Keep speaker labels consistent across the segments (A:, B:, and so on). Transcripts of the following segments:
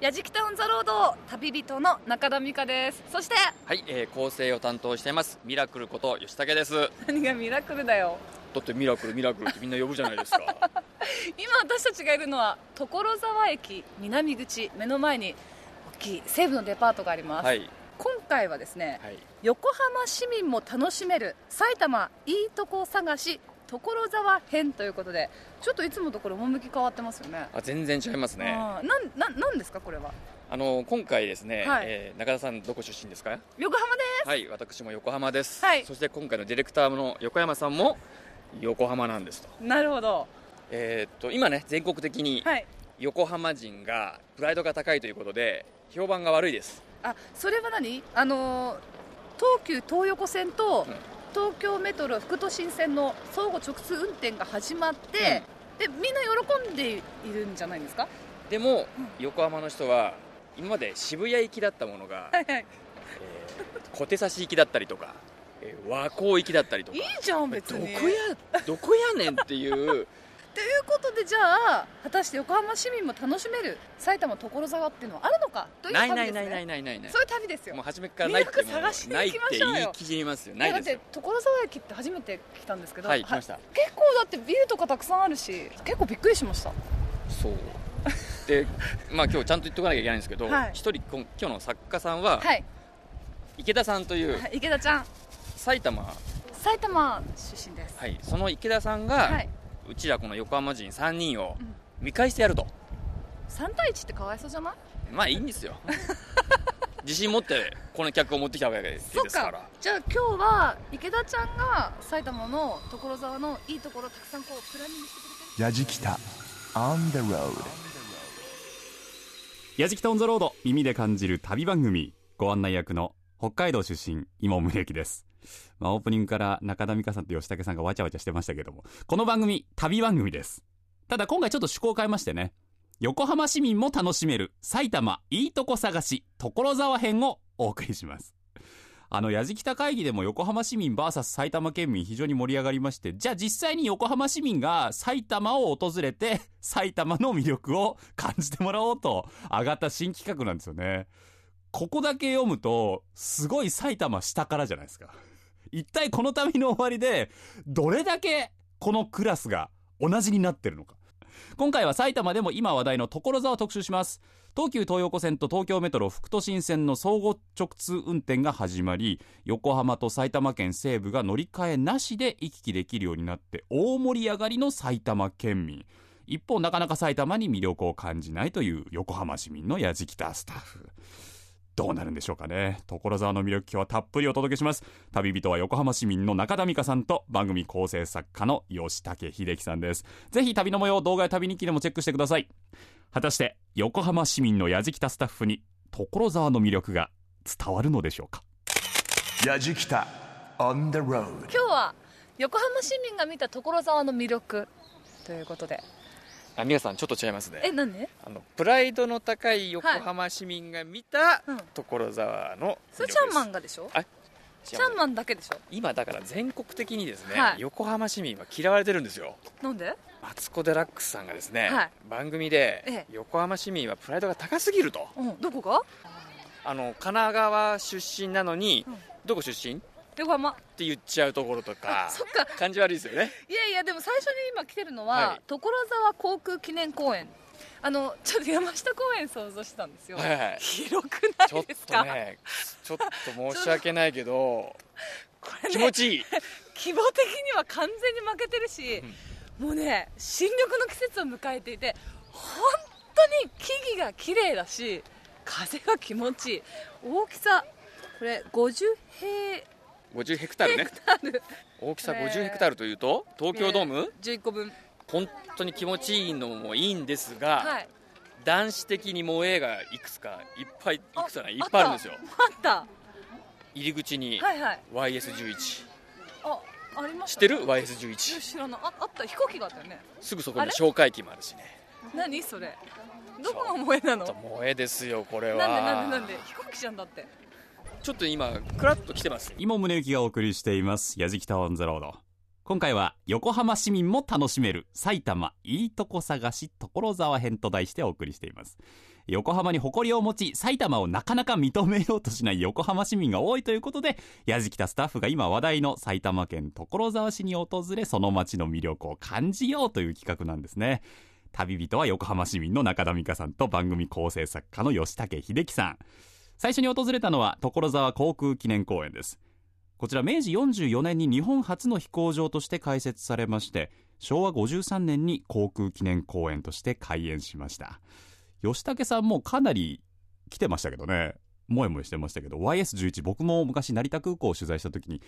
A: ヤジキタウン・ザ・ロード旅人の中田美香ですそして
B: はい、えー、構成を担当していますミラクルこと吉武ですだ
A: 何がミラクルだよ
B: ってミラクルミラクルってみんな呼ぶじゃないです か
A: 今私たちがいるのは所沢駅南口目の前に大きい西武のデパートがあります、
B: はい
A: 今回はですね、
B: はい
A: 横浜市民も楽しめる埼玉いいとこ探し所沢編ということでちょっといつもとこれ趣変わってますよね
B: あ全然違いますね
A: あーなんなんなんですかこれは
B: あの今回ですね、
A: はい
B: えー中田さんどこ出身ですか
A: 横浜で
B: はい私も横浜です、
A: はい
B: そして今回のディレクターの横山さんも横浜なんですと
A: すなるほど
B: えーっと今ね全国的に
A: はい
B: 横浜人がプライドが高いということで評判が悪いです
A: あそれは何あのー東急東横線と
B: うん
A: 東京メトロ副都心線の相互直通運転が始まって、でみんな喜んでいるんじゃないですか
B: でも、横浜の人は今まで渋谷行きだったものが、
A: はいはい
B: えー小手差し行きだったりとか、えー和光行きだったりとか
A: いいじゃん別
B: どこ
A: に
B: やどこやねんっ ていう
A: ということでじゃあ果たして横浜市民も楽しめる埼玉所沢っていうのはあるのかという
B: な
A: 旅です、ね、
B: いないないないないないない
A: そういう旅ですよ
B: もう初めからないっていうもの
A: 魅力探して
B: ない
A: い
B: っ
A: きま
B: て
A: しょうよ
B: 言い切りますよ
A: え
B: ない
A: だっ
B: です
A: て
B: よ
A: 所沢駅って初めて来たんですけど、
B: はい来ました
A: 結構だってビルとかたくさんあるし結構びっくりしました
B: そう でまあ今日ちゃんと言っとかなきゃいけないんですけど一、
A: はい
B: 人こん今日の作家さんは、
A: はい
B: 池田さんという
A: 池田ちゃん
B: 埼玉、
A: 埼玉出身です
B: はい、その池田さんが、
A: はいう
B: ちらこの横浜人3人を
A: うん
B: 見返してやると、
A: 3対1ってかわいそうじゃない
B: まあいいんですよ自信持ってこの客を持ってきたわけです
A: そう
B: から
A: かじゃあ今日は池田ちゃんが埼玉の所沢のいいところをたくさんこうプランニングしてくれてる
C: ヤジキタ On the road
D: ヤジキタオンザロード耳で感じる旅番組ご案内役の北海道出身今宗之です、まあ、オープニングから中田美香さんと吉武さんがわちゃわちゃしてましたけどもこの番組旅番組ですただ今回ちょっと趣向を変えましてね横浜市民も楽しめる埼玉いいとこ探し所沢編をお送りしますあのヤジキタ会議でも横浜市民 VS 埼玉県民非常に盛り上がりましてじゃあ実際に横浜市民が埼玉を訪れて埼玉の魅力を感じてもらおうと上がった新企画なんですよねここだけ読むとすごい埼玉下からじゃないですか一体この旅の終わりでどれだけこのクラスが同じになってるのか今回は埼玉でも今話題の所沢を特集します東急東横線と東京メトロ副都心線の相互直通運転が始まり横浜と埼玉県西部が乗り換えなしで行き来できるようになって大盛り上がりの埼玉県民一方なかなか埼玉に魅力を感じないという横浜市民のやじきたスタッフどうなるんでしょうかね所沢の魅力今日はたっぷりお届けします旅人は横浜市民の中田美香さんと番組構成作家の吉武秀樹さんですぜひ旅の模様を動画や旅日記でもチェックしてください果たして横浜市民のやじきたスタッフに所沢の魅力が伝わるのでしょうか
C: ヤジキタ On the road
A: 今日は横浜市民が見た所沢の魅力ということで
B: あ皆さんちょっと違いますね
A: えなんで
B: あのプライドの高い横浜市民が見た
A: うん
B: 所沢の
A: それ
B: 魅力で
A: チ
B: す
A: ャンマンがでしょ
B: あ
A: チャンマンだけでしょ
B: 今だから全国的にですね、
A: はい
B: 横浜市民は嫌われてるんですよ
A: なんで
B: マツコ・デラックスさんがですね、
A: はい
B: 番組
A: え
B: で
A: え
B: 横浜市民はプライドが高すぎると
A: うんどこが
B: あの神奈川出身なのに、
A: うん
B: どこ出身っ
A: 横浜
B: て言っちゃうところとか
A: あそっか
B: 感じ悪いですよね
A: いやいやでも最初に今来てるのは、
B: はい
A: 所沢航空記念公園あのちょっと山下公園想像してたんですよ、
B: はいはい
A: 広くな
B: ちょっ
A: いですか
B: とねちょっと申し訳ないけど
A: こ れね
B: 気持ちいい
A: 規模的には完全に負けてるし、もうね新緑の季節を迎えていて本当に木々が綺麗だし風が気持ちいい大きさこれ50
B: 50ヘクタールね
A: 平ある
B: 大きさ
A: これ
B: 50ヘクタールというと東京ドーム、
A: 11個分
B: 本当に気持ちいいのもいいんですが、
A: はい
B: 男子的に萌えがいくつかいっぱいいくつかないいっ
A: あ
B: ぱいあるんですよ
A: あっ
B: 入り口に
A: たはいはい
B: YS11
A: あありまし
B: 知ったてる
A: いや
B: YS11
A: 知らないああった飛行機があったよね
B: すぐそこ
A: あ
B: に
A: れ
B: 哨戒機もあるしね
A: 何それどこが萌えなの
B: ちょっと萌えですよこれ
A: な
B: は
A: んでなんでなんで飛行機じゃんだって
B: ちょっと今クラッと来てます
D: 今宗之がお送りしています「やじきたオン・ザ・ロード」今回は横浜市民も楽しめる埼玉いいとこ探し所沢編と題してお送りしています横浜に誇りを持ち埼玉をなかなか認めようとしない横浜市民が多いということで矢じきたスタッフが今話題の埼玉県所沢市に訪れその街の魅力を感じようという企画なんですね旅人は横浜市民の中田美香さんと番組構成作家の吉武秀樹さん最初に訪れたのは所沢航空記念公園ですこちら明治44年に日本初の飛行場として開設されまして昭和53年に航空記念公園として開園しました吉武さんもかなり来てましたけどねもやもやしてましたけど YS11 僕も昔成田空港を取材した時に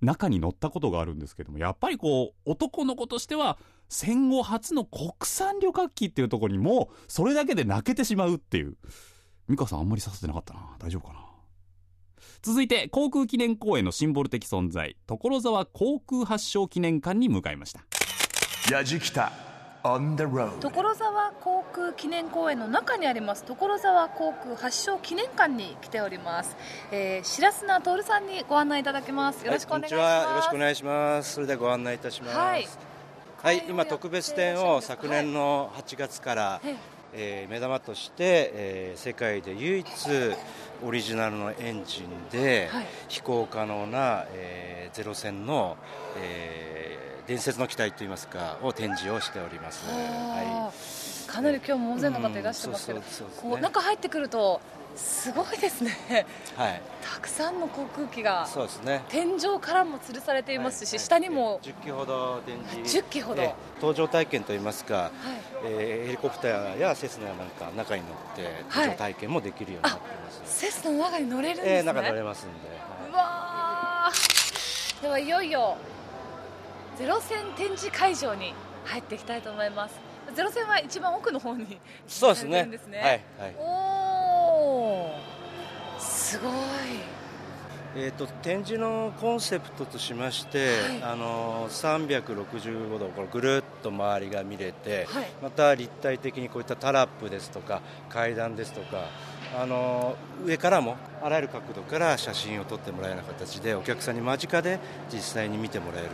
D: 中に乗ったことがあるんですけどもやっぱりこう男の子としては戦後初の国産旅客機っていうところにもうそれだけで泣けてしまうっていう美香さんあんまり刺さってなかったな大丈夫かな続いて航空記念公園のシンボル的存在所沢航空発祥記念館に向かいました
C: ヤジキタ on the road
A: 所沢航空記念公園の中にあります所沢航空発祥記念館に来ております、えー、白砂徹さんにご案内いただきますよろしくお願いします、
E: はい、こんにちは。よろしくお願いします。それではご案内いたします。
A: は
E: はいい、
A: は
E: 今
A: い
E: 特別展を昨年の8月から、
A: ええ
E: えー目玉として、えー世界で唯一オリジナルのエンジンで、
A: はい
E: 飛行可能な、えーゼロ戦の、えー伝説の機体といいますかを展示をしております。
A: あ
E: は
A: ーかなり今日も大勢の方いらっしゃいますけど、
E: うんそうそうそうですね
A: こう中入ってくるとすごいですね
E: い、はい、
A: たくさんの航空機が
E: そうですね。
A: 天井からも吊るされていますし、
E: はい
A: 下にも、
E: 10機ほど展示
A: 10機ほど
E: ええ搭乗体験といいますか、
A: はい
E: えーヘリコプターやセスナなんか中に乗って
A: はい
E: 搭乗体験もできるようになってます、
A: セスナの中に乗れるん
E: え
A: で
E: え
A: すね、
E: 中乗れますんで、はいう
A: わーではいよいよゼロ戦展示会場に入っていきたいと思いますゼロ戦は一番奥の方に
E: そうです
A: 行か
E: ね
A: れてるんですね
E: はいはい
A: おーすごい
E: えー、と展示のコンセプトとしまして、
A: はい
E: あのー365度これぐるっと周りが見れて、
A: はい
E: また立体的にこういったタラップですとか階段ですとかあのー上からもあらゆる角度から写真を撮ってもらえるような形でお客さんに間近で実際に見てもらえる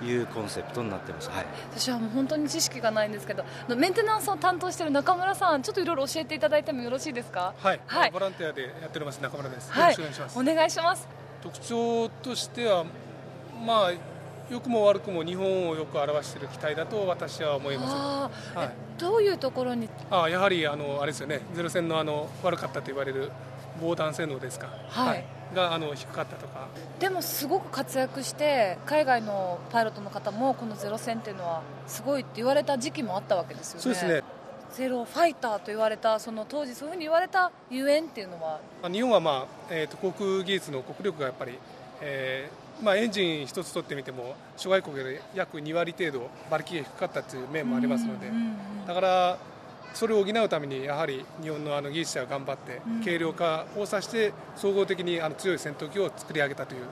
E: というコンセプトになってます。はい
A: 私はもう本当に知識がないんですけどあのメンテナンスを担当している中村さんちょっといろいろ教えていただいてもよろしいですか
F: はい、
A: はい
F: ボランティアでやっております中村です、
A: は
F: よろしくお願いし
A: お
F: ます
A: 願いします
F: 特徴としてはまあ良くも悪くも日本をよく表している機体だと私は思いま
A: あ
F: す
A: ー、
F: はい
A: え、どういうところに
F: ああやはりあのあれですよねゼロ戦のあの悪かったと言われる防弾性能ですか
A: はい
F: があの低かったとか
A: でもすごく活躍して海外のパイロットの方もこのゼロ戦っていうのはすごいって言われた時期もあったわけですよね
F: そうですね
A: ゼロファイターと言われたその当時そういうふうに言われたゆえんっていうのは
F: まあ日本は、まあえー、と航空技術の国力がやっぱり、えーまあ、エンジン一つ取ってみても諸外国より約2割程度馬力が低かったという面もありますので、
A: うんうんうん
F: だからそれを補うためにやはり日本のあの技術者が頑張って
A: うん
F: 軽量化をさして総合的にあの強い戦闘機を作り上げたという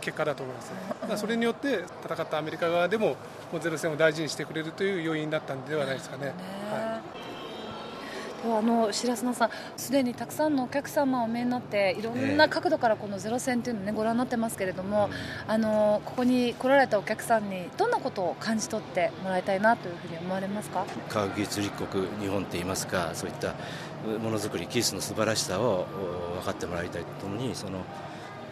F: 結果だと思いますね、だからそれによって戦ったアメリカ側でももうゼロ戦を大事にしてくれるという要因だったんではないですかね。はい
A: ではあの白砂さん、すでにたくさんのお客様をお見えになっていろん
E: え
A: な
E: え
A: 角度からこのゼロ戦というのを、ね、ご覧になってますけれども、あのここに来られたお客さんにどんなことを感じ取ってもらいたいなというふうに思われますか
E: 科学技術立国日本っていいますかそういったうものづくり技術の素晴らしさをお分かってもらいたいとともにその、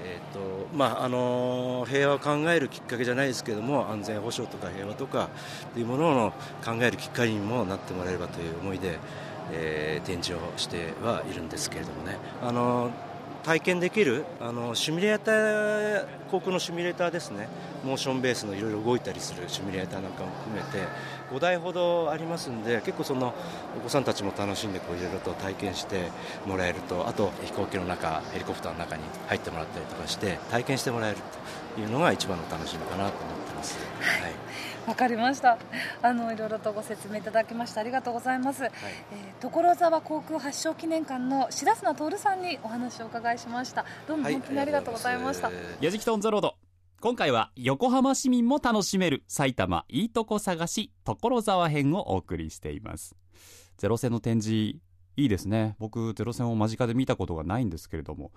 E: えーとまあ、あの平和を考えるきっかけじゃないですけども安全保障とか平和とかというものを考えるきっかけにもなってもらえればという思いで、えー展示をしてはいるんですけれどもね。あの体験できるあのシミュレーター航空のシミュレーターですねモーションベースのいろいろ動いたりするシミュレーターなんかも含めて5台ほどありますんで結構そのお子さんたちも楽しんでこういろいろと体験してもらえるとあと飛行機の中ヘリコプターの中に入ってもらったりとかして体験してもらえるというのが一番の楽しみかなと思ってます。はい
A: わかりましたあのいろいろとご説明いただきましてありがとうございます、えー所沢航空発祥記念館の白砂徹さんにお話をお伺いしましたどうも
E: はい
A: 本当にありがとうございました、
E: ありがとうございます
D: 矢敷とオンザロード今回は横浜市民も楽しめる埼玉いいとこ探し所沢編をお送りしていますゼロ戦の展示いいですね僕ゼロ戦を間近で見たことがないんですけれども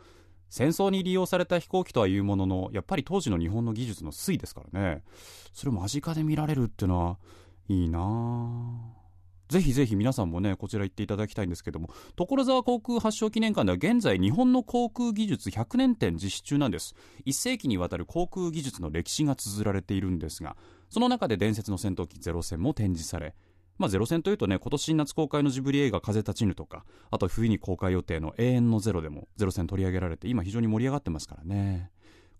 D: 戦争に利用された飛行機とはいうもののやっぱり当時の日本の技術の推移ですからねそれを間近で見られるっていうのはいいなあぜひぜひ皆さんもねこちら行っていただきたいんですけども所沢航空発祥記念館では現在日本の航空技術100年展実施中なんです1世紀にわたる航空技術の歴史が綴られているんですがその中で伝説の戦闘機ゼロ戦も展示されまあ、ゼロ戦というとね、今年夏公開のジブリ映画、風立ちぬとか、あと冬に公開予定の永遠のゼロでもゼロ戦取り上げられて、今非常に盛り上がってますからね。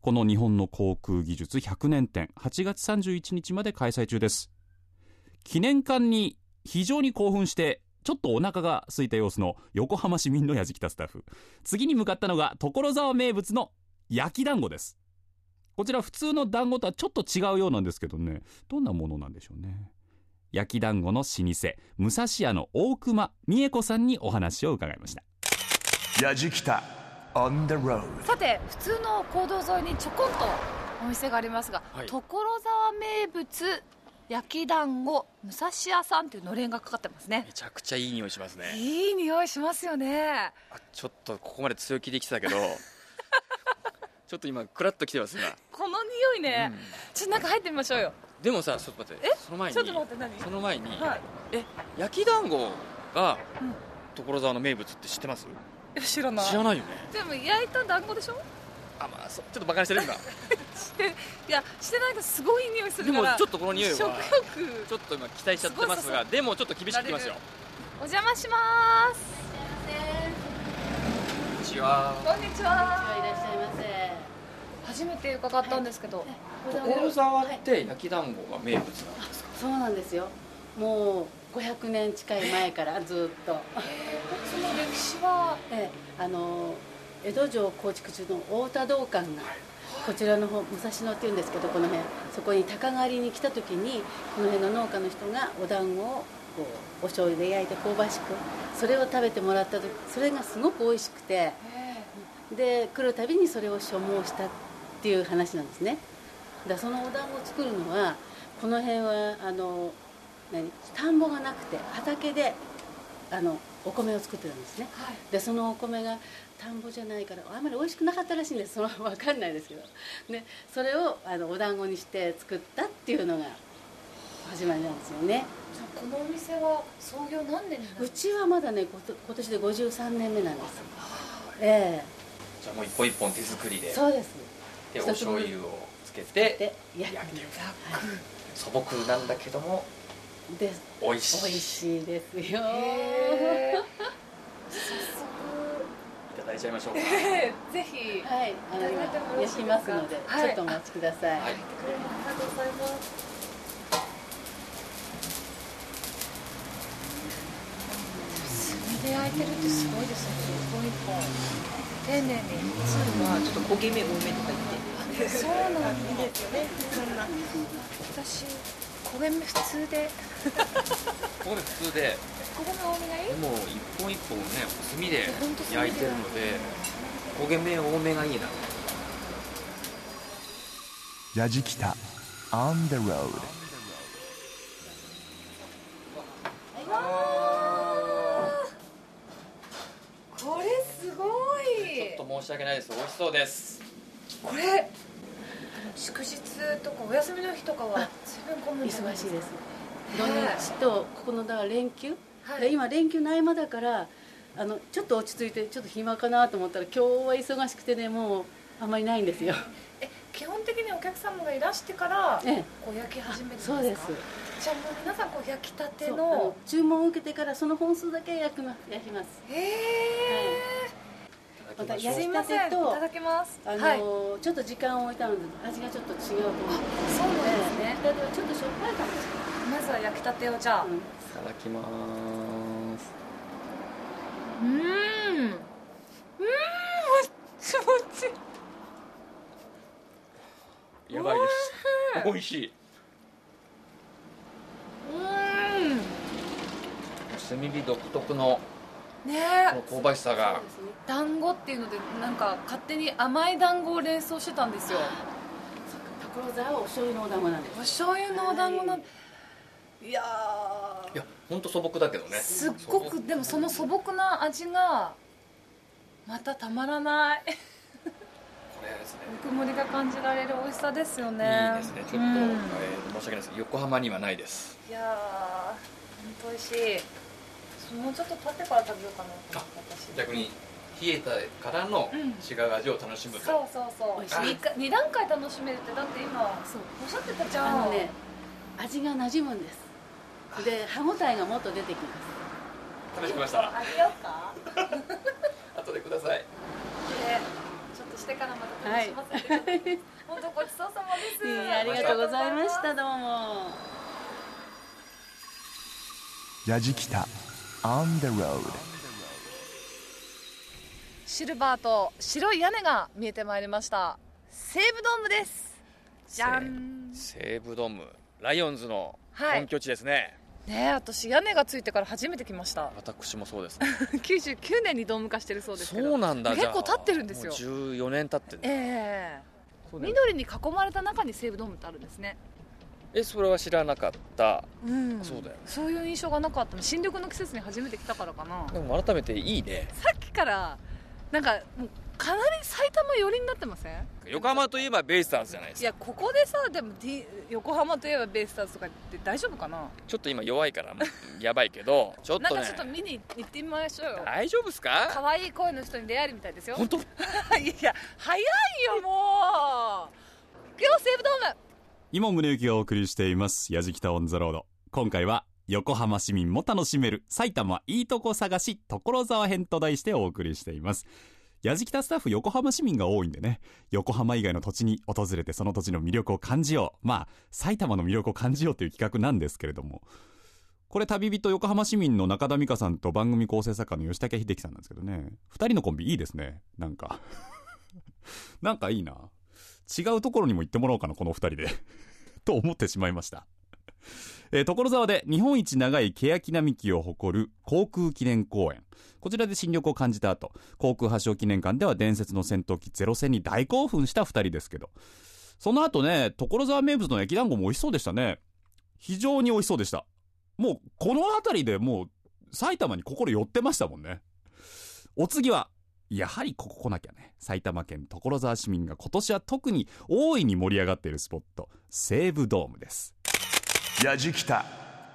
D: この日本の航空技術100年展、8月31日まで開催中です。記念館に非常に興奮して、ちょっとお腹が空いた様子の横浜市民のやじきたスタッフ。次に向かったのが所沢名物の焼き団子です。こちら普通の団子とはちょっと違うようなんですけどね、どんなものなんでしょうね。焼き団子の老舗武蔵屋の大熊美恵子さんにお話を伺いました
C: ヤジキタ on the road
A: さて普通の公道沿いにちょこんとお店がありますが、
B: はい
A: 所沢名物焼き団子武蔵屋さんというのれんがかかってますね
B: めちゃくちゃいい匂いしますね
A: いい匂いしますよね
B: あちょっとここまで強気できてたけ どちょっと今クラッときてます今
A: この匂いね、ちょっと中入ってみましょうよ
B: でもさちょっと待って
A: え
B: その前に
A: ちょっと待って何
B: その前に、
A: はい
B: え焼き団子が
A: うん
B: 所沢の名物って知ってます
A: いや知らない
B: 知らないよね
A: でも焼いた団子でしょ
B: あまあそ ちょっとバカにしてるんだ
A: して いやしてないとすごいいい匂いす
B: で
A: る
B: も
A: から
B: ちょっとこの匂いは
A: 食欲
B: ちょっと今期待しちゃってます
A: すごい
B: がでもちょっと厳しくきますよ
A: お邪魔します
B: こんにちは
A: こんにちはい
G: らっしゃいませ。
A: 初めて伺ったんですけど、
B: 所沢って焼き団子が名物なんですか、
G: そうなんですよ。もう500年近い前からずっと、
A: その歴史は
G: ええあの江戸城構築中の太田道館が。こちらの方武蔵野っていうんですけどこの辺そこに鷹狩りに来た時にこの辺の農家の人がお団子をこうお醤油で焼いて香ばしくそれを食べてもらった時それがすごく美味しくてで来るたびにそれを所望したっていう話なんですねだそのお団子を作るのはこの辺はあの何田んぼがなくて畑であのお米を作ってたんですね、でそのお米が田んぼじゃないからあんまり美味しくなかったらしいんですそのわかんないですけどねそれをあのお団子にして作ったっていうのが始まりなんですよね
A: このお店は創業何年になる
G: うちはまだねこと今年で53年目なんですえ
B: じゃあもう一本一本手作り
G: え
B: で
G: そうです
B: でお
G: 一つも
B: 醤油をつけて
G: で焼
B: 焼く
G: く
B: 素朴なんだけども
G: で
B: 美味しい
G: 美味しいですよ
A: へ
B: いただいちゃいましょうか
A: えぜひ
G: はい、あの
A: いただいてもよ
G: 今
A: ろし
G: 焼
A: いで
G: き
A: すか
G: ますので、
A: はい
G: ちょっとお待ちください。
B: はい
A: ありがとうございます炭で焼いてるってすごいですね一本一本丁寧に
H: まあちょっと焦げ目多めとか言って
A: そうなんだ
H: ですよねそんな
A: 私焦げ目普通で
B: これ普通で
A: 焦げ目多めがいい
B: もう一本一本ね炭で焼いてるので焦げ目多めがいいな
C: ヤジキタ on the road
A: これすごい
B: ちょっと申し訳ないです美味しそうです
A: これ祝日とかお休みの日とかは随分混むんじゃな
G: 忙
A: い
G: しい
A: で
G: ですす
A: か。
G: 土日とここのだから連休、
A: はい
G: で今連休の合間だから、あのちょっと落ち着いてちょっと暇かなと思ったら今日は忙しくてねもうあんまりないんですよ。
A: え基本的にお客様がいらしてから
G: ええ
A: こう焼き始めるんですか
G: そうです。
A: じゃあもう皆さんこう焼きたて
G: そうあの
A: の
G: 注文を受けてからその本数だけ焼きます。焼きます。
A: へえ
B: いた
G: ま
B: だ
G: た
B: きましょう
A: すいません
G: 焼きたて
A: い
G: と
A: ただきます
G: あの、
A: はい
G: ちょっと時間を置いたので味がちょっと違うと思う。
A: そうなんです
G: ええ
A: ね
G: 焼きたてはちょっとしょっぱいかもし
A: まずは焼きたてをじゃあ
G: れない。うん
B: いただきます
A: うーんうーんもっちもち
B: やばいです美味しいう
A: ーん
B: 炭火独特の
A: ね
B: この
A: え
B: 香ばしさが
G: そうですね
A: 団子っていうのでなんか勝手に甘い団子を連想してたんですよ
G: 所沢はお醤油のお団子なんです
A: お醤油のお団子なん
G: は
A: ていや
B: いや本当素朴だけどね
A: ーすっごくでもその素朴な味がまたたまらない
B: これですね
I: ぬくもりが感じられる美味しさですよね
B: いいですねちょっと、
I: うん
B: えー申し訳ないです横浜にはないです
I: いやー本当美味しいそもうちょっと経ってから食べようかな
B: あ
I: 私
B: 逆に冷えたからの
I: うん
B: 違う味を楽しむと、
I: そうそうそう
G: 美味しい
I: 二回二段階楽しめるってだって今
G: そう
I: おっしゃってたじ
G: あ
I: ゃん
G: のね味が馴染むんですで歯ごたえがもっと出てきま
B: 試
G: す
B: してきました
I: あげようか
B: 後でください
I: でちょっとしてからまた楽しませていただきます、本当ごちそうさまです、
G: い いありがとうございましたどうも
C: ラジキタ on the road
A: シルバーと白い屋根が見えてまいりました西武ドームですじゃん
B: 西武ドームライオンズの
A: はい
B: 本拠地ですね、
A: ねえ私屋根がついてから初めて来ました
B: 私もそうです、ね、
A: 99年にドーム化してるそうですけど
B: そうなんだじゃあ
A: 結構経ってるんですよ
B: もう14年経ってね
A: ええ
B: そうだよね
A: 緑に囲まれた中に西武ドームってあるんですね
B: えそれは知らなかった
A: うん
B: そうだよね
A: そういう印象がなかったの新緑の季節に初めて来たからかな
B: でも改めていいね
A: さっきからなんかもうかなり埼玉寄りになってません
B: 横浜といえばベイスターズじゃないです
A: い
B: か
A: やここでさでも、D、横浜といえばベイスターズとかって大丈夫かな
B: ちょっと今弱いからやばいけどちょっ
A: なん
B: と
A: か
B: ね
A: ちょっと見に行ってみましょうよ
B: 大丈夫ですか
A: 可愛い声の人に出会えるみたいですよ
B: 本当
A: いや早いよもう今日西武ドーム
D: 今宗行がお送りしています「やじきたオン・ザ・ロード」今回は横浜市民も楽しめる埼玉いいとこ探し所沢編と題してお送りしていますやじきたスタッフ横浜市民が多いんでね横浜以外の土地に訪れてその土地の魅力を感じようまあ埼玉の魅力を感じようという企画なんですけれどもこれ旅人横浜市民の中田美香さんと番組構成作家の吉武秀樹さんなんですけどね二人のコンビいいですねなんか なんかいいな違うところにも行ってもらおうかなこの二人で と思ってしまいました。えー所沢で日本一長い欅並木を誇る航空記念公園。こちらで新緑を感じた後、航空発祥記念館では伝説の戦闘機ゼロ戦に大興奮した二人ですけど。その後ね、所沢名物の焼き団子も美味しそうでしたね。非常に美味しそうでした。もう、この辺りでもう、埼玉に心寄ってましたもんね。お次は、やはりここ来なきゃね。埼玉県所沢市民が今年は特に大いに盛り上がっているスポット、西武ドームです。
C: ヤジキタ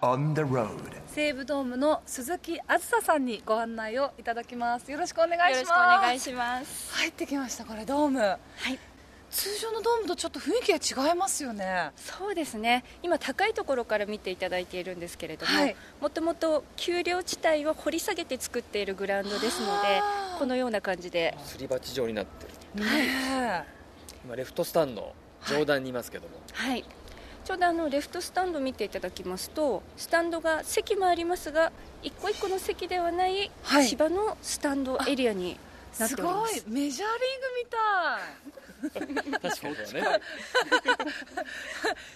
C: on the road
A: 西武ドームの鈴木あずささんにご案内をいただきますよろしくお願いします
J: します
A: 入ってきましたこれドームはい通常のドームとちょっと雰囲気が違いますよね
J: そうですね今高いところから見ていただいているんですけれども、
A: はい
J: もともと丘陵地帯を掘り下げて作っているグラウンドですので
A: あー
J: このような感じです
B: り鉢状になってる
A: ね
B: 今レフトスタンド上段にいますけども、
J: はいちょうどあのレフトスタンド見ていただきますとスタンドが席もありますが一個一個の席ではない
A: はい
J: 芝のスタンドエリアに
A: え
J: なっ
A: す
J: ており
A: ご
J: ま
A: い
J: す,、
A: メジャーリーグみたい
B: 確かにね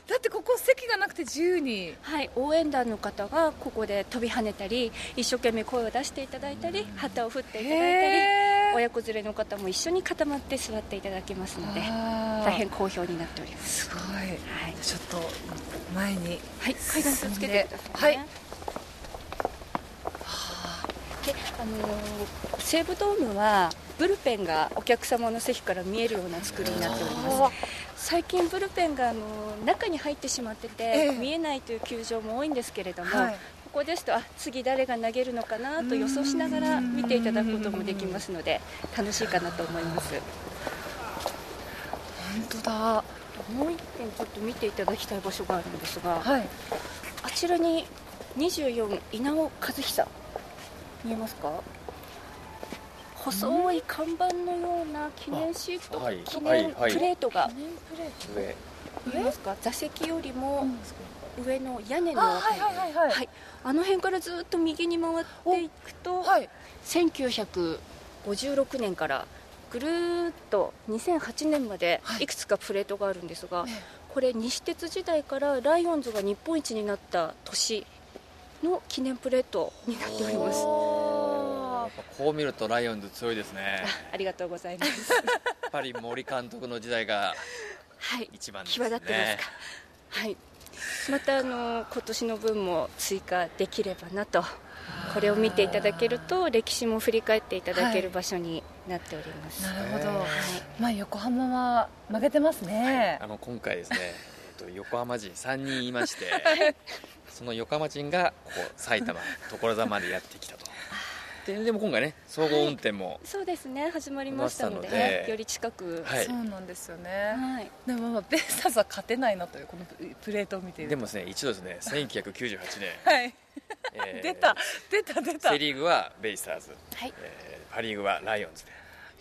A: だってここ席がなくて自由に
J: はい、応援団の方がここで飛び跳ねたり一生懸命声を出していただいたり旗を振っていただいたり
A: へえ
J: 親子連れの方も一緒に固まって座っていただけますので
A: あー
J: 大変好評になっております、
A: すごい
J: はい
A: ちょっと前に
J: はい、階段気をつけてくださいね、であのー西武ドームはブルペンがお客様の席から見えるような作りになっております最近ブルペンが、あのー中に入ってしまってて、
A: ええ
J: 見えないという球場も多いんですけれども、
A: はい
J: ここですとあ次誰が投げるのかなと予想しながら見ていただくこともできますので楽しいかなと思います
A: 本当だ
J: もう一点ちょっと見ていただきたい場所があるんですが
A: はい
J: あちらに24稲尾和久見えますか細い看板のような記念シート、
B: あはい
J: 記
B: は
J: 念
B: いはい
J: プレートが
B: 上
J: 見えますか座席よりも上の屋根の
A: あはいはいはいはい
J: はいあの辺からずっと右に回っていくと、
A: はい
J: 1956年からぐるーっと2008年まで
A: はい
J: いくつかプレートがあるんですが、
A: ええ
J: これ西鉄時代からライオンズが日本一になった年の記念プレートになっております
B: やっぱこう見るとライオンズ強いですね
J: ありがとうございます
B: やっぱり森監督の時代が
J: はい
B: 一番ですね
J: 際立ってますかはいまたあの今年の分も追加できればなとこれを見ていただけると歴史も振り返っていただける場所になっております、
A: なるほど、まあ横浜は負けてますね、
B: あの今回ですね、えっと、横浜人3人いましてその横浜人がここ埼玉所沢までやってきたとででも今回ね総合運転も、
J: そうですね始まりましたの
B: ま
J: で
B: したので
J: より近く、
B: はい
A: そうなんですよね、
J: はい
A: でもまあベースターズは勝てないなというこのプレートを見ている
B: で
A: も
B: もですね一度ですね1998年、
A: はい
B: えー
A: 出た出た出た
B: セ・
A: い
B: リーグはベイスターズ、
J: はい
B: えーパ・リーグはライオンズで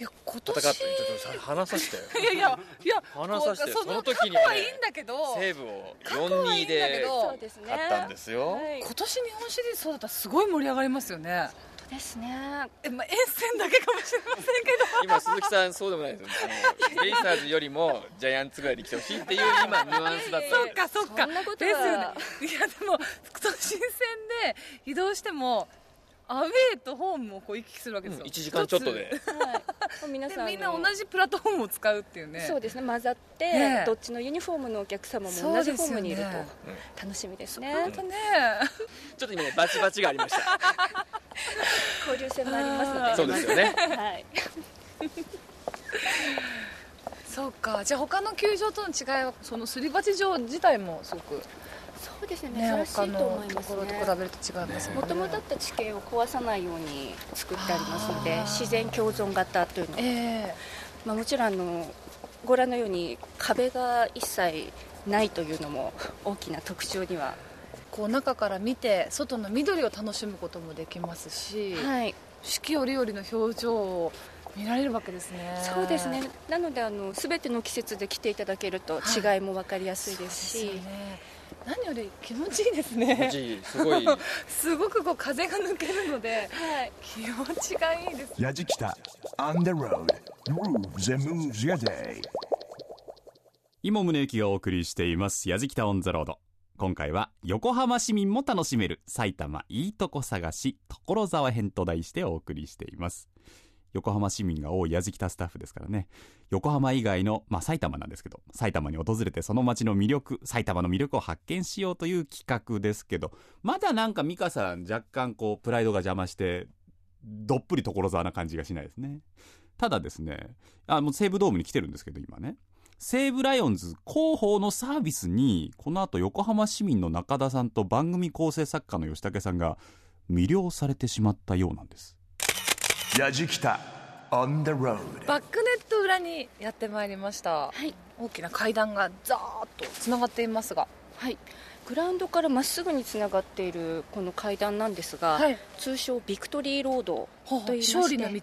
A: や今
B: 戦
A: 年
B: ってちょっと話させてよ
A: いやいやいや
B: 話させて
A: こう
B: そ
A: そ
B: の
A: の
B: 時
A: 過
B: に
A: 去
B: ね
A: はいいんだけど
B: 西武を
A: 過去はいい
B: 42
A: んだ
B: で
A: けど
J: そうですね
B: 勝ったんですよ
J: はい
A: 今年日本シリーズそうだったらすごい盛り上がりますよね
J: 本当ですね
A: え、まあ、沿線だけかもしれませんけど
B: 今鈴木さんそうでもないですよあのベイスターズよりもジャイアンツぐらいに来てほしいっていう今ニュアンスだっ
J: い
B: た
J: やい
A: そ
J: や
A: っかそっか
J: そんなこと
A: ですよね
J: はい
A: やでも都心線で移動してもアウェーとホームをこう行き来するわけですよ、
B: 1時間ちょっと
A: 一
B: で
J: もう皆
A: つ
J: さ
A: で
J: ん
A: みんな
J: あの
A: 同じプラットフォームを使うっていうね
J: そうですね混ざって、
A: ねえ
J: どっちのユニフォームのお客様も
A: そう
J: 同
A: で
J: じ
A: す
J: ホ
A: よね
J: ームにいると、
B: う
J: 楽しみですね
A: 本当ね
B: ちょっと今ねバチバチがありました
J: 交流戦もありますので
B: そうですよね
J: はい、
A: そうかじゃあ他の球場との違いはそのすり鉢場自体もすごく、
J: そうですね
A: ね、
J: 珍し
A: 他
J: いと
A: の
J: 思い
A: と
J: ます
A: ころと
J: ね
A: 比べると違いますも
J: も
A: んね
J: ともとあった地形を壊さないように作ってありますので自然共存型というのが
A: ええ
J: まあ、もちろんあのご覧のように壁が一切ないというのも大きな特徴には、
A: こう中から見て外の緑を楽しむこともできますし、
J: はい、
A: 四季折々の表情を見られるわけですね
J: そうですねなのであの全ての季節で来ていただけると違いも分かりやすいですし、
A: そうですよね何より気持ちいいですね
B: すごい
A: すごくこう風が抜けるので
J: はい、
A: 気持ちがいいです
C: Yajikita on the road. Grooves and moves your day.
D: 今宗行がお送りしています「やじきたオン・ザ・ロード」今回は横浜市民も楽しめる埼玉いいとこ探し所沢編と題してお送りしています横浜市民が多いやじきたスタッフですからね横浜以外の、まあ、埼玉なんですけど埼玉に訪れてその街の魅力埼玉の魅力を発見しようという企画ですけどまだなんか美香さん若干こうプライドが邪魔してどっぷり所沢な感じがしないですねただですねあもう西武ドームに来てるんですけど今ね西武ライオンズ広報のサービスにこの後横浜市民の中田さんと番組構成作家の吉武さんが魅了されてしまったようなんです
C: Yajikita on the road.
A: バックネット裏にやってまいりました、
J: はい
A: 大きな階段がザーッとつながっていますが
J: はい、グラウンドからまっすぐにつながっているこの階段なんですが、
A: はい
J: 通称ビクトリーロード
A: ほう
J: と言いまして
A: 勝利の道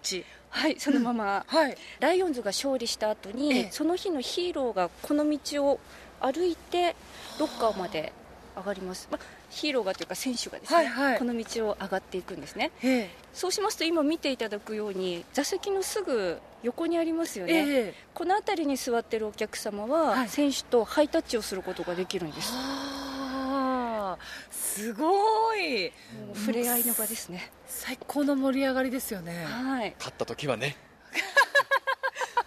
J: はいそのまま、
A: はい
J: ライオンズが勝利した後に、
A: ええ
J: その日のヒーローがこの道を歩いてロッカーまで上がります、まあ、ヒーローがというか選手がですね、
A: はいはい
J: この道を上がっていくんですね
A: ええ
J: そうしますと今見ていただくように座席のすぐ横にありますよね、
A: ええ
J: この辺りに座ってるお客様は、
A: はい
J: 選手とハイタッチをすることができるんです
A: ああすごい
J: もう触れ合いの場ですね
A: 最高の盛り上がりですよね
J: はい、
B: 勝った時はね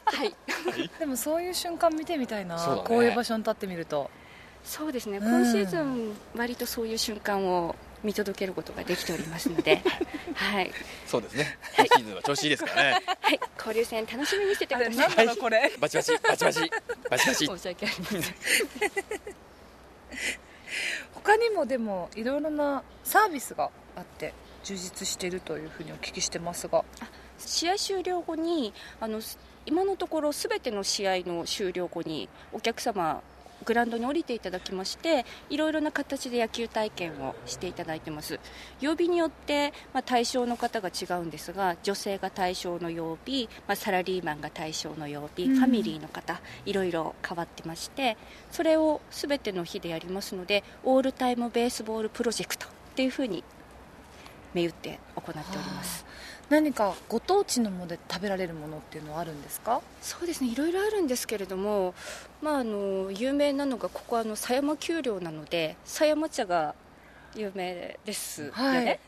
J: はい、
A: でもそういう瞬間見てみたいな、
B: そうだね
A: こういう場所に立ってみると
J: そうですね
A: うん
J: 今シーズン割とそういう瞬間を見届けることができておりますの ではい
B: そうですね今シーズンは調子いいですからね
J: はい、交流戦楽しみにしてて
A: あ
J: く
A: れ
J: ださい
A: なん。だろうこれ
B: バチバチバチバチバチバチ
J: 申し訳ありません。
A: 他にもでもいろいろなサービスがあって充実しているというふうにお聞きしてますが
J: 試合終了後に、あのす今のところすべての試合の終了後にお客様グラウンドに降りていただきまして、いろいろな形で野球体験をしていただいてます。曜日によってまあ対象の方が違うんですが、女性が対象の曜日、まあサラリーマンが対象の曜日、
A: うん
J: ファミリーの方いろいろ変わってまして、それをすべての日でやりますので、オールタイムベースボールプロジェクトっていうふうに銘打って行っております。
A: 何かご当地のもので食べられるものっていうのはあるんですか
J: そうですねいろいろあるんですけれども、まあ、あの有名なのがここはあの狭山丘陵なので狭山茶が有名ですよね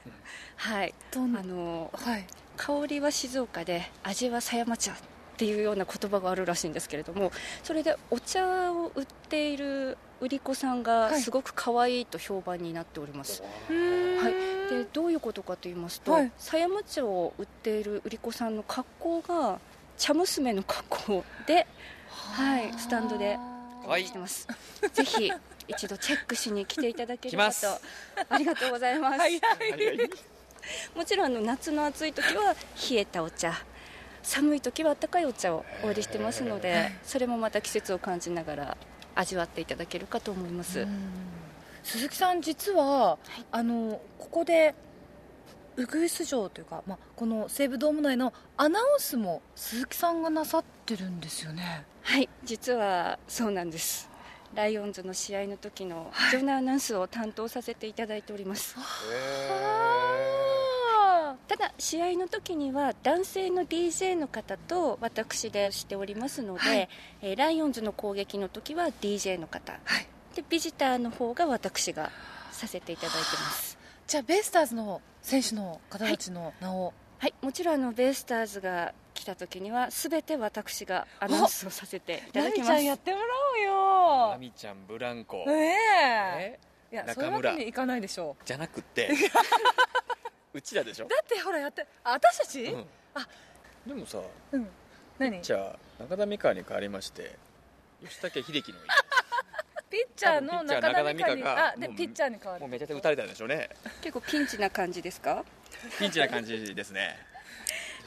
J: はい、
A: どん
J: あの
A: はい
J: 香りは静岡で味は狭山茶っていうような言葉があるらしいんですけれどもそれでお茶を売っている売り子さん
A: は
J: が
A: い
J: すごく可愛いと評判になっております、
A: はい
J: でどういうことかと言いますと、
A: はい
J: 狭山茶を売っている売り子さんの格好が茶娘の格好で、はい、スタンドで
B: わいい
J: してます。ぜひ一度チェックしに来ていただけれ
B: 来ま
J: ば
B: す
J: と。ありがとうございます。
B: 早い
J: もちろんあの夏の暑い時は冷えたお茶寒い時は温かいお茶をお売りしてますのでそれもまた季節を感じながら味わっていただけるかと思います
I: 鈴木さん実は、あのここでウグイス城というか、まあ、この西武ドーム内のアナウンスも鈴木さんがなさってるんですよね
J: はい実はそうなんですライオンズの試合の時の場内アナウンスを担当させていただいておりますただ試合の時には男性の DJ の方と私でしておりますので、えーライオンズの攻撃の時は DJ の方、でビジターの方が私がさせていただいてます
I: じゃあベイスターズの選手の方たちの名を、
J: はいもちろんあのベイスターズが来た時には全て私がアナウンスをさせていただき
A: み
J: ま
A: ちゃ
J: す
A: んやってもらお
B: ラ
A: う
B: ミちゃんブランコ
A: よねえ
B: え
A: いやそ
B: 中
A: うい
B: 村
A: うわけにいかないでしょ
B: じゃなくてうちらでしょ
A: うだってほらやってあ私たち、
B: うん
A: あ
B: でもさ
A: うん、何ピ
B: じゃあ中田美香に変わりまして吉武秀樹の
A: ッチャーの
B: 多分ピッチ
A: 中田美香
B: ャー中田美
A: に
B: 香が
A: あで
B: もう
A: ピッチャーに変わ
B: も
A: る
B: うめちゃくちゃ打たれたんでしょうね
J: 結構ピンチな感じですか
B: ピンチな感じですね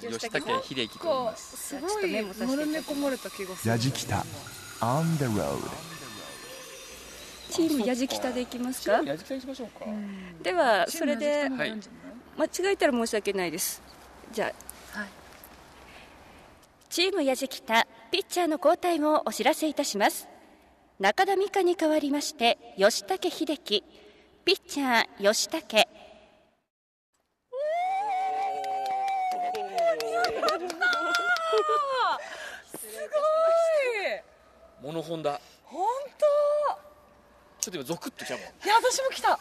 B: 吉武秀樹と言い
A: こ
B: ま
A: う
B: す
A: す
J: ちょっ
A: ご
J: と
A: い
J: メモさせていただ
A: もろ
J: きます
A: めこもれた気がする
C: やじきた on the road
J: チームやじきたでいきますか
B: 矢作さんにしましょうか、
J: ではそれで
B: はい
J: 間違えたら申し訳ないですじゃあ、
A: はい
J: チームやじきたピッチャーの交代をお知らせいたします中田美香に代わりまして吉武秀樹ピッチャー吉武
A: はい
B: モノホンだ
A: 本
B: ちょっと今ゾクッときたもん
A: 当いや私も来た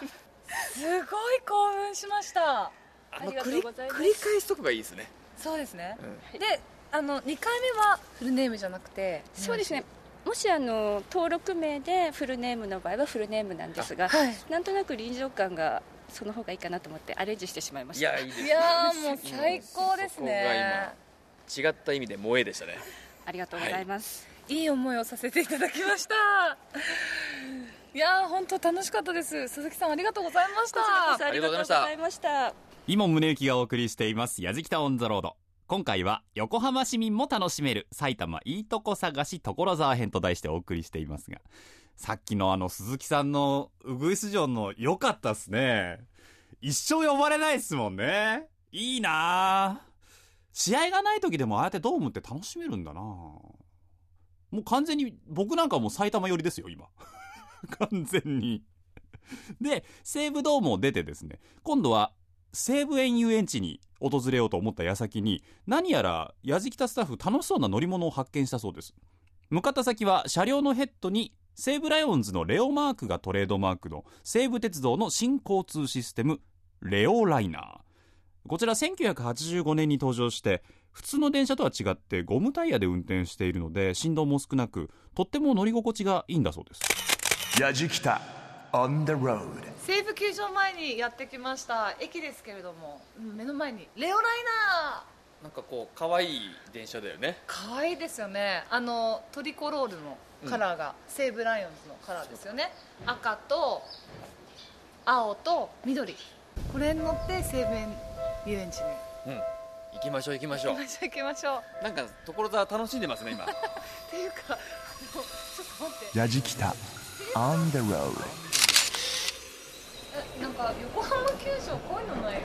A: すごい興奮しました
B: あ
J: あ
B: の
J: りが
B: 繰
J: とう
B: り
J: ございます
B: 繰り返すとこがいいですね
A: そうですね、であの2回目はフルネームじゃなくて
J: そうですねもしあの登録名でフルネームの場合はフルネームなんですが、
A: はい
J: なんとなく臨場感がその方がいいかなと思ってアレンジしてしまいま
B: い
J: した
B: やいいです
A: い
B: ね
A: やーもう最高ですね
B: そこが今違った意味で萌えでしたね
J: ありがとうございます、
A: いい思いをさせていただきましたいやー本当楽しかったです鈴木さんありがとうございました
J: こちらこそあり
B: り
J: が
B: が
J: と
B: と
J: う
B: うご
J: ござ
B: ざ
J: い
B: い
J: ました
D: イモン宗行がお送りしています「やじきたオン・ザ・ロード」今回は横浜市民も楽しめる埼玉いいとこ探し所沢編と題してお送りしていますがさっきのあの鈴木さんのウグイス城の良かったっすね一生呼ばれないっすもんねいいなあ試合がない時でもああやってドームって楽しめるんだなあもう完全に僕なんかもう埼玉寄りですよ今 完全にで西武ドームを出てですね今度は西武園遊園地に訪れようと思った矢先に何やら矢じきたスタッフ楽しそうな乗り物を発見したそうです向かった先は車両のヘッドに西武ライオンズのレオマークがトレードマークの西武鉄道の新交通システムレオライナーこちら1985年に登場して普通の電車とは違ってゴムタイヤで運転しているので振動も少なくとっても乗り心地がいいんだそうです
C: やじきた on the road
A: 西武球場前にやってきました駅ですけれどもうん目の前にレオライナー
B: なんかこう可愛い電車だよね
A: 可愛いですよねあのトリコロールのカラーが、西武ライオンズのカラーですよね赤と青と緑これに乗って西武園遊園地に
B: うん行きましょう行きましょ
A: 行
B: う
A: きましょう行きましょう
B: なんか所沢楽しんでますね今
A: っていうかあのちょっと待って
C: やじきた on the road
A: えなんか横浜球場こういうのない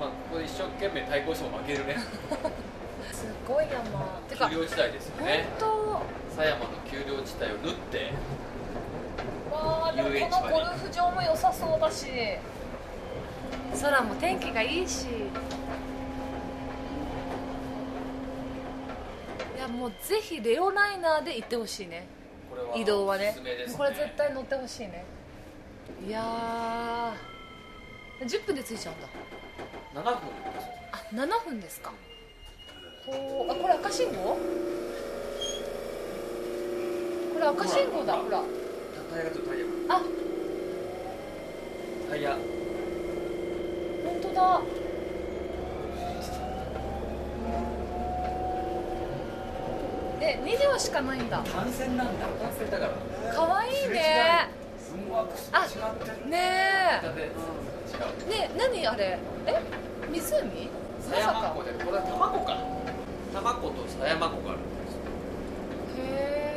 B: まあここで一生懸命対抗しても負けるね
A: すごい山てか
B: 丘陵地帯ですよ
A: 本
B: ね
A: 当
B: 狭山の丘陵地帯を縫って
A: わあでもこのゴルフ場も良さそうだし空も天気がいいしいやもうぜひレオライナーで行ってほしいね
B: これは
A: 移動は
B: お
A: ね
B: すすめですね
A: これ絶対乗ってほしいねいやー10分で着いちゃうんだ
B: 7分
A: あ7分ですかほうあこれ赤信号これ赤信号だほら
B: タイヤがちょっとタイヤ
A: あ
B: タイヤ
I: だえ二両しかないんだ
B: 単線なんだ単線だから
I: 可愛いねあね
B: だって違う
I: えねえ何あれえ湖まさ
B: 狭山
I: か
B: 湖でこれは卵か卵と狭山湖があるんですよ
I: へ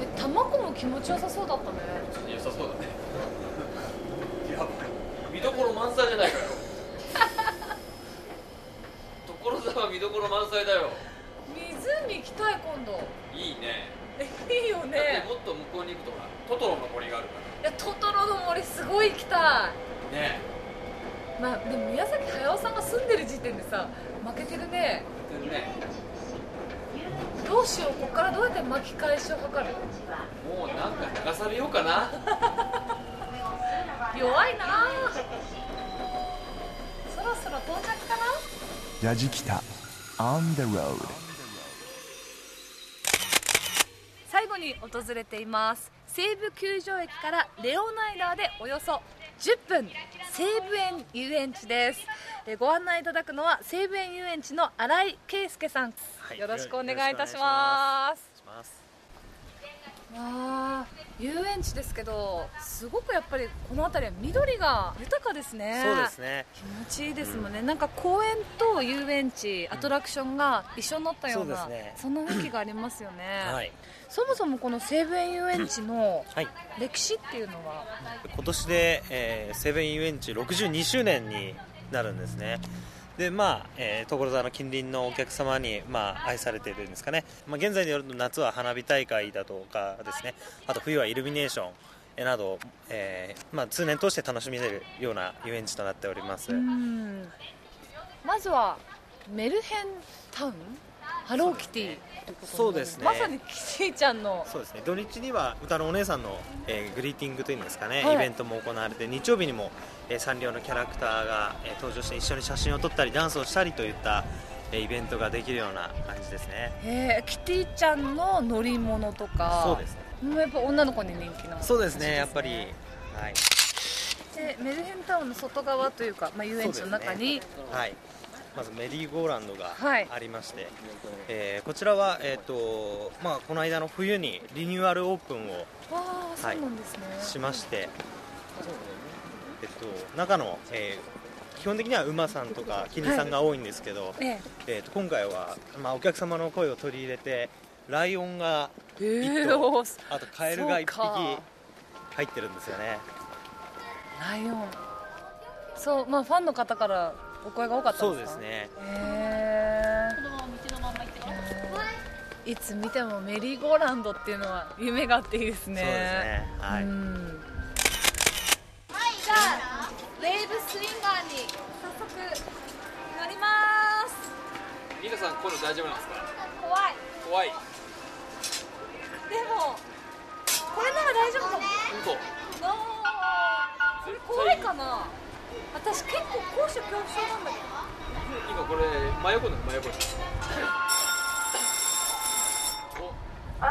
I: ええ卵も気持ちよさそうだったね
B: ちょっと良さそうだねやばい見どころ満載じゃないかよ 所沢見どころ満載だよ
I: 湖行きたい今度
B: いいね
I: えいいよ
B: だって
I: ね
B: もっと向こうに行くとほらトトロの森があるか
I: いやトトロの森すごい行きた
B: らね
I: いまあでも宮崎駿さんが住んでる時点でさ負けてるね
B: えね
I: どうしようここからどうやって巻き返しを図る
B: もうなんか流されようかな
I: 弱いなあそろそろ到着かな
C: ラジキタ on the road
A: 最後に訪れています西武球場駅からレオナイダーでおよそ10分西武園遊園地ですえーご案内いただくのは西武園遊園地の新井圭介さん、
E: い
A: よろしくお願いいたします
E: します
A: わあ遊園地ですけどすごくやっぱりこの辺りは緑が豊かですね
E: そうですね
A: 気持ちいいですもんね、なんか公園と遊園地アトラクションが一緒になったような、
E: そうですね
A: そんな雰囲気がありますよね、
E: はい
I: そもそもこの西武園遊園地の
E: はい
I: 歴史っていうのは
E: 今年で、えー西武園遊園地62周年になるんですねでまあ、えー所沢の近隣のお客様に、まあ、愛されているんですかね、まあ、現在によると夏は花火大会だとかですねあと冬はイルミネーションえーなど、えーまあ、通年通して楽しめるような遊園地となっております、
I: うんまずはメルヘンタウンハローキティってことになる
E: そうですね
I: まさにキティちゃんの
E: そうですね土日には歌のお姉さんの、えーグリーティングというんですかね、
I: はい
E: イベントも行われて日曜日にも、えーサンリオのキャラクターが、えー登場して一緒に写真を撮ったりダンスをしたりといった、えーイベントができるような感じですね
I: へえキティちゃんの乗り物とか
E: そうですね
I: もうやっぱ女の子に人気な
E: そうですねやっぱり、はい、
I: でメルヘンタウンの外側というか、まあ、遊園地の中に、
E: はい、まずメリーゴーランドが
I: はい
E: ありまして、えーこちらは、えーとまあ、この間の冬にリニューアルオープンを
I: わあそうなんですね、
E: しまして、えっと、中の、えー基本的には馬さんとかキリンさんが多いんですけど、
I: え
E: えっと、今回は、まあ、お客様の声を取り入れてライオンが
I: え
E: 一
I: へえお
E: 頭
I: ー
E: あとカエルが1匹
I: そうか
E: 入ってるんですよね
I: ライオンそうまあファンの方からお声が多かったん
E: そう
I: で
E: ですす
I: か
E: ね
I: へえいつ見てもメリーゴーランドっていうのは夢があっていいですね
E: そうですねはい、
I: うん
A: じゃあウェーブスインガーに早速乗ります
B: リーダーさんこういうの大丈夫なんですか
A: 怖い
B: 怖い
A: でもこれなら大丈夫かも
B: 本
A: あーこれ怖いかな私結構高所恐怖症なんだけど
B: 当。今これ真横の真横に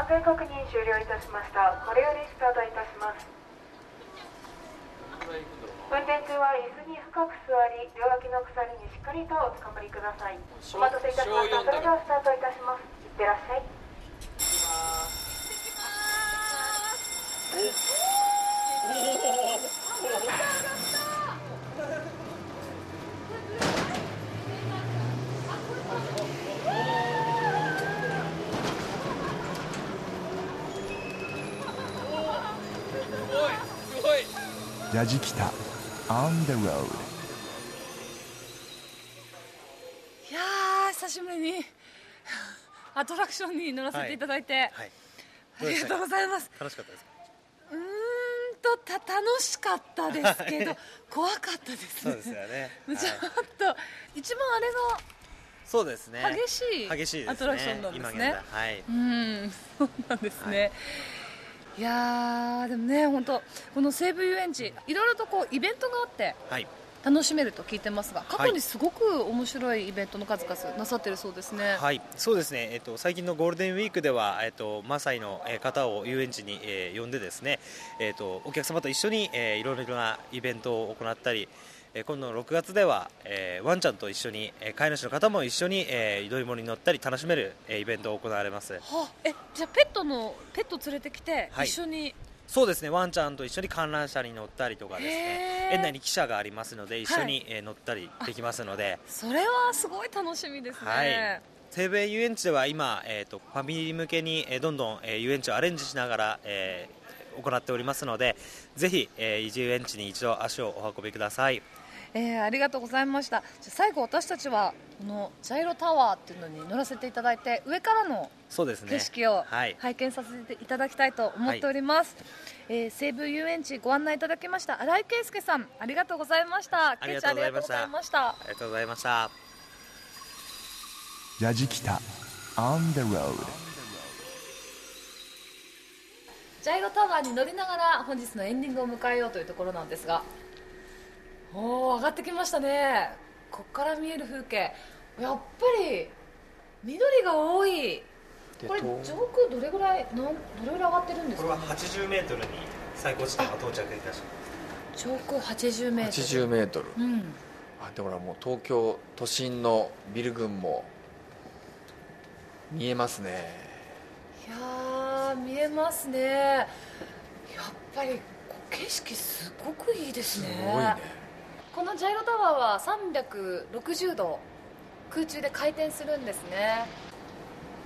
B: お
K: 安全確認終了いたしました。これよりスタートいたします。
B: これ行く
K: 運
B: んだろうな
K: 転中は椅子に深く座り、両脇の鎖にしっかりとおつかまりください。お待たせいたしました。それではスタートいたします。いってらっしゃい。
B: すごいす
C: ラジキタ on the road
A: いやー久しぶりに アトラクションに乗らせていただいて、
E: はい、
A: ありがとうございます
E: 楽しかったですか
A: うーんとた楽しかったですけど 怖かったです
E: そ
A: ね
E: うですよねはい
A: ちょっと一番あ
E: そうですね
A: れの激しい,、
E: 激しいですね
A: アトラクションなんで
E: 今
A: す
E: 現
A: ね
E: 在はい
A: うんそうなんですね、い、やーでもね本当この西武遊園地いろいろとこうイベントがあって
E: はい
A: 楽しめると聞いてますが過
E: は
A: 去
E: い
A: にすごく面白いイベントの数々なさってるそうですね、
E: はい、そうですね。えっと最近のゴールデンウィークではえっとマサイのえー方を遊園地にえー呼んでですね、えっとお客様と一緒にえーいろいろなイベントを行ったり。えー今度の6月では、えーワンちゃんと一緒に、えー飼い主の方も一緒に、えー、どりもに乗ったり楽しめる、えーイベントを行われます
A: はあえじゃあペットのペット連れてきて
E: はい
A: 一緒に、
E: そうですねワンちゃんと一緒に観覧車に乗ったりとかですね
A: へー
E: 園内に汽車がありますので一緒に、
A: はい
E: えー乗ったりできますので
A: それはすごい楽しみですね、
E: はい西米遊園地では今、えー、とファミリー向けに、えーどんどん、えー遊園地をアレンジしながら、えー行っておりますのでぜひ、えー、遊園地に一度足をお運びください
A: えーありがとうございましたじゃあ最後私たちはこのジャイロタワーっていうのに乗らせていただいて上からの
E: そうですね
A: 景色を
E: はい
A: 拝見させていただきたいと思っております、えー西武遊園地ご案内いただきました新井圭介さんありがとうございました
E: ありがとうござい
A: 圭ちゃんありがとう
E: ました
A: ございました
E: ありがとうございました
C: ラジキタ on the road
A: ジャイロタワーに乗りながら本日のエンディングを迎えようというところなんですがおー上がってきましたねこっから見える風景やっぱり緑が多い
E: で
A: これ
E: と
A: 上空どれぐらいなんどれぐらい上がってるんです
E: こ
A: か
E: れは8 0ルに最高地点が到着いたし
A: 上空80メートル
B: 80メートル
A: うん
B: あでもほらもう東京都心のビル群も見えますね
A: いやー見えますねやっぱりこう景色すごくいいですね
B: すごいね
A: このジャイロタワーは360度空中で回転するんですね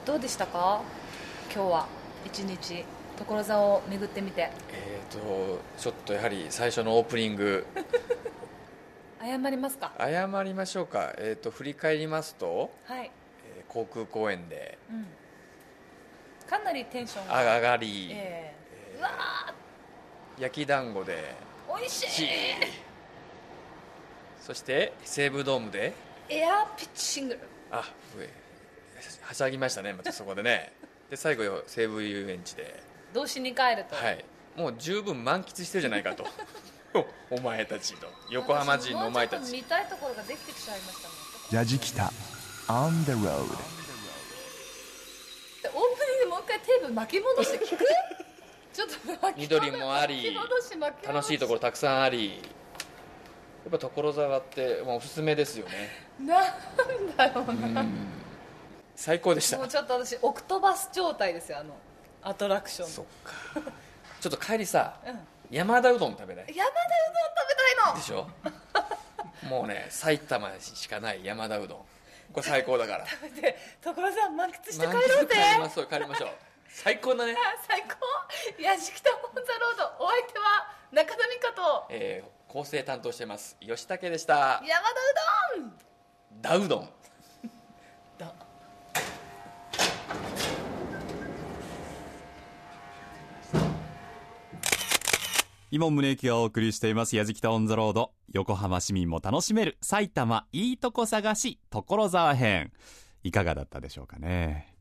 A: どうでしたか今日は一日所沢を巡ってみて
B: えっ、とちょっとやはり最初のオープニング
A: 謝りますか
B: 謝りましょうかえっ、と振り返りますと、
A: はい、
B: えー航空公園で
A: うん、かなりテンション
B: あ
A: が
B: 上がり、
A: ええうわ
B: 焼き団子で
A: ー美味し
B: チ
A: い
B: ーそして西武ドームで
A: エアーピッチング
B: あ上はしゃぎましたねまたそこでねで最後よ西武遊園地で
A: 動詞に帰ると、
B: はいもう十分満喫してるじゃないかと お前たちと横浜人のお前た
A: もう
B: ち
A: ょっと見たいところができてきちゃいましたね
C: ラジキタ on the road
A: でオープニングでもう一回テープ巻き戻して聞く ちょっと巻き戻し
B: 緑もあり
A: 巻き戻し巻き戻
B: 楽しいところたくさんありやっぱ所沢って、まあ、おすすめですよね
A: なんだろうな、
B: 最高でした
A: もうちょっと私オクトバス状態ですよあのアトラクション
B: そっかちょっと帰りさ
A: うん、山
B: 山田うどん食べない
A: 田うどん食べたいの
B: でしょもうね埼玉にしかない山田うどんこれ最高だから
A: 食べて所沢満喫して帰
B: 満
A: ろう
B: 喫
A: ぜ
B: 帰りましょう帰りましょう最高だね、
A: あ最高やじきたオンザロードお相手は中田美香と
B: えー、構成担当してます吉武でした
A: 山田うどん
B: ダウドン
D: 今宗行がお送りしています、やじきたオンザロード。横浜市民も楽しめる、埼玉いいとこ探し、所沢編。いかがだったでしょうかね。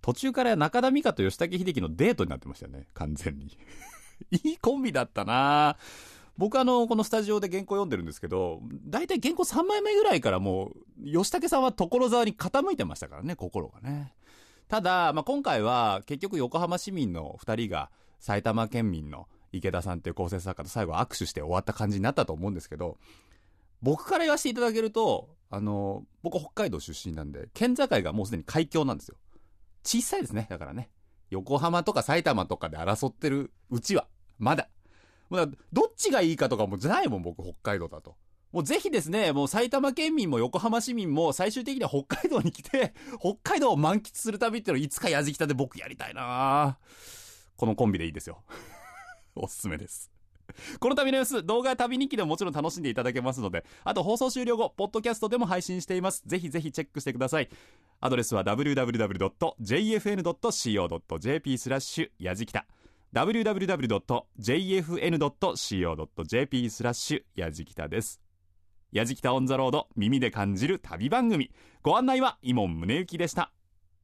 D: 途中から中田美香と吉武秀樹のデートになってましたよね、完全に。 いいコンビだったな僕あの、このスタジオで原稿読んでるんですけど、だいたい原稿3枚目ぐらいからもう、吉武さんは所沢に傾いてましたからね、心がね。ただ、まあ、今回は結局横浜市民の2人が埼玉県民の池田さんっていう構成作家と最後握手して終わった感じになったと思うんですけど、僕から言わせていただけると、あの、僕北海道出身なんで、県境がもうすでに海峡なんですよ。小さいですね、だからね。横浜とか埼玉とかで争ってるうちは、まだ。もうだからどっちがいいかとかもじゃないもん、僕、北海道だと。もうぜひですね、もう埼玉県民も横浜市民も最終的には北海道に来て、北海道を満喫する旅っていうのをいつかやじきたで僕やりたいなこのコンビでいいですよ。 おすすめです。この旅の様子、動画や旅日記でももちろん楽しんでいただけますので、あと放送終了後、ポッドキャストでも配信しています。ぜひぜひチェックしてください。アドレスは www.jfn.co.jp スラッシュやじきた。www.jfn.co.jp スラッシュやじきたです。やじきたオンザロード耳で感じる旅番組。ご案内は、イモン宗行でした。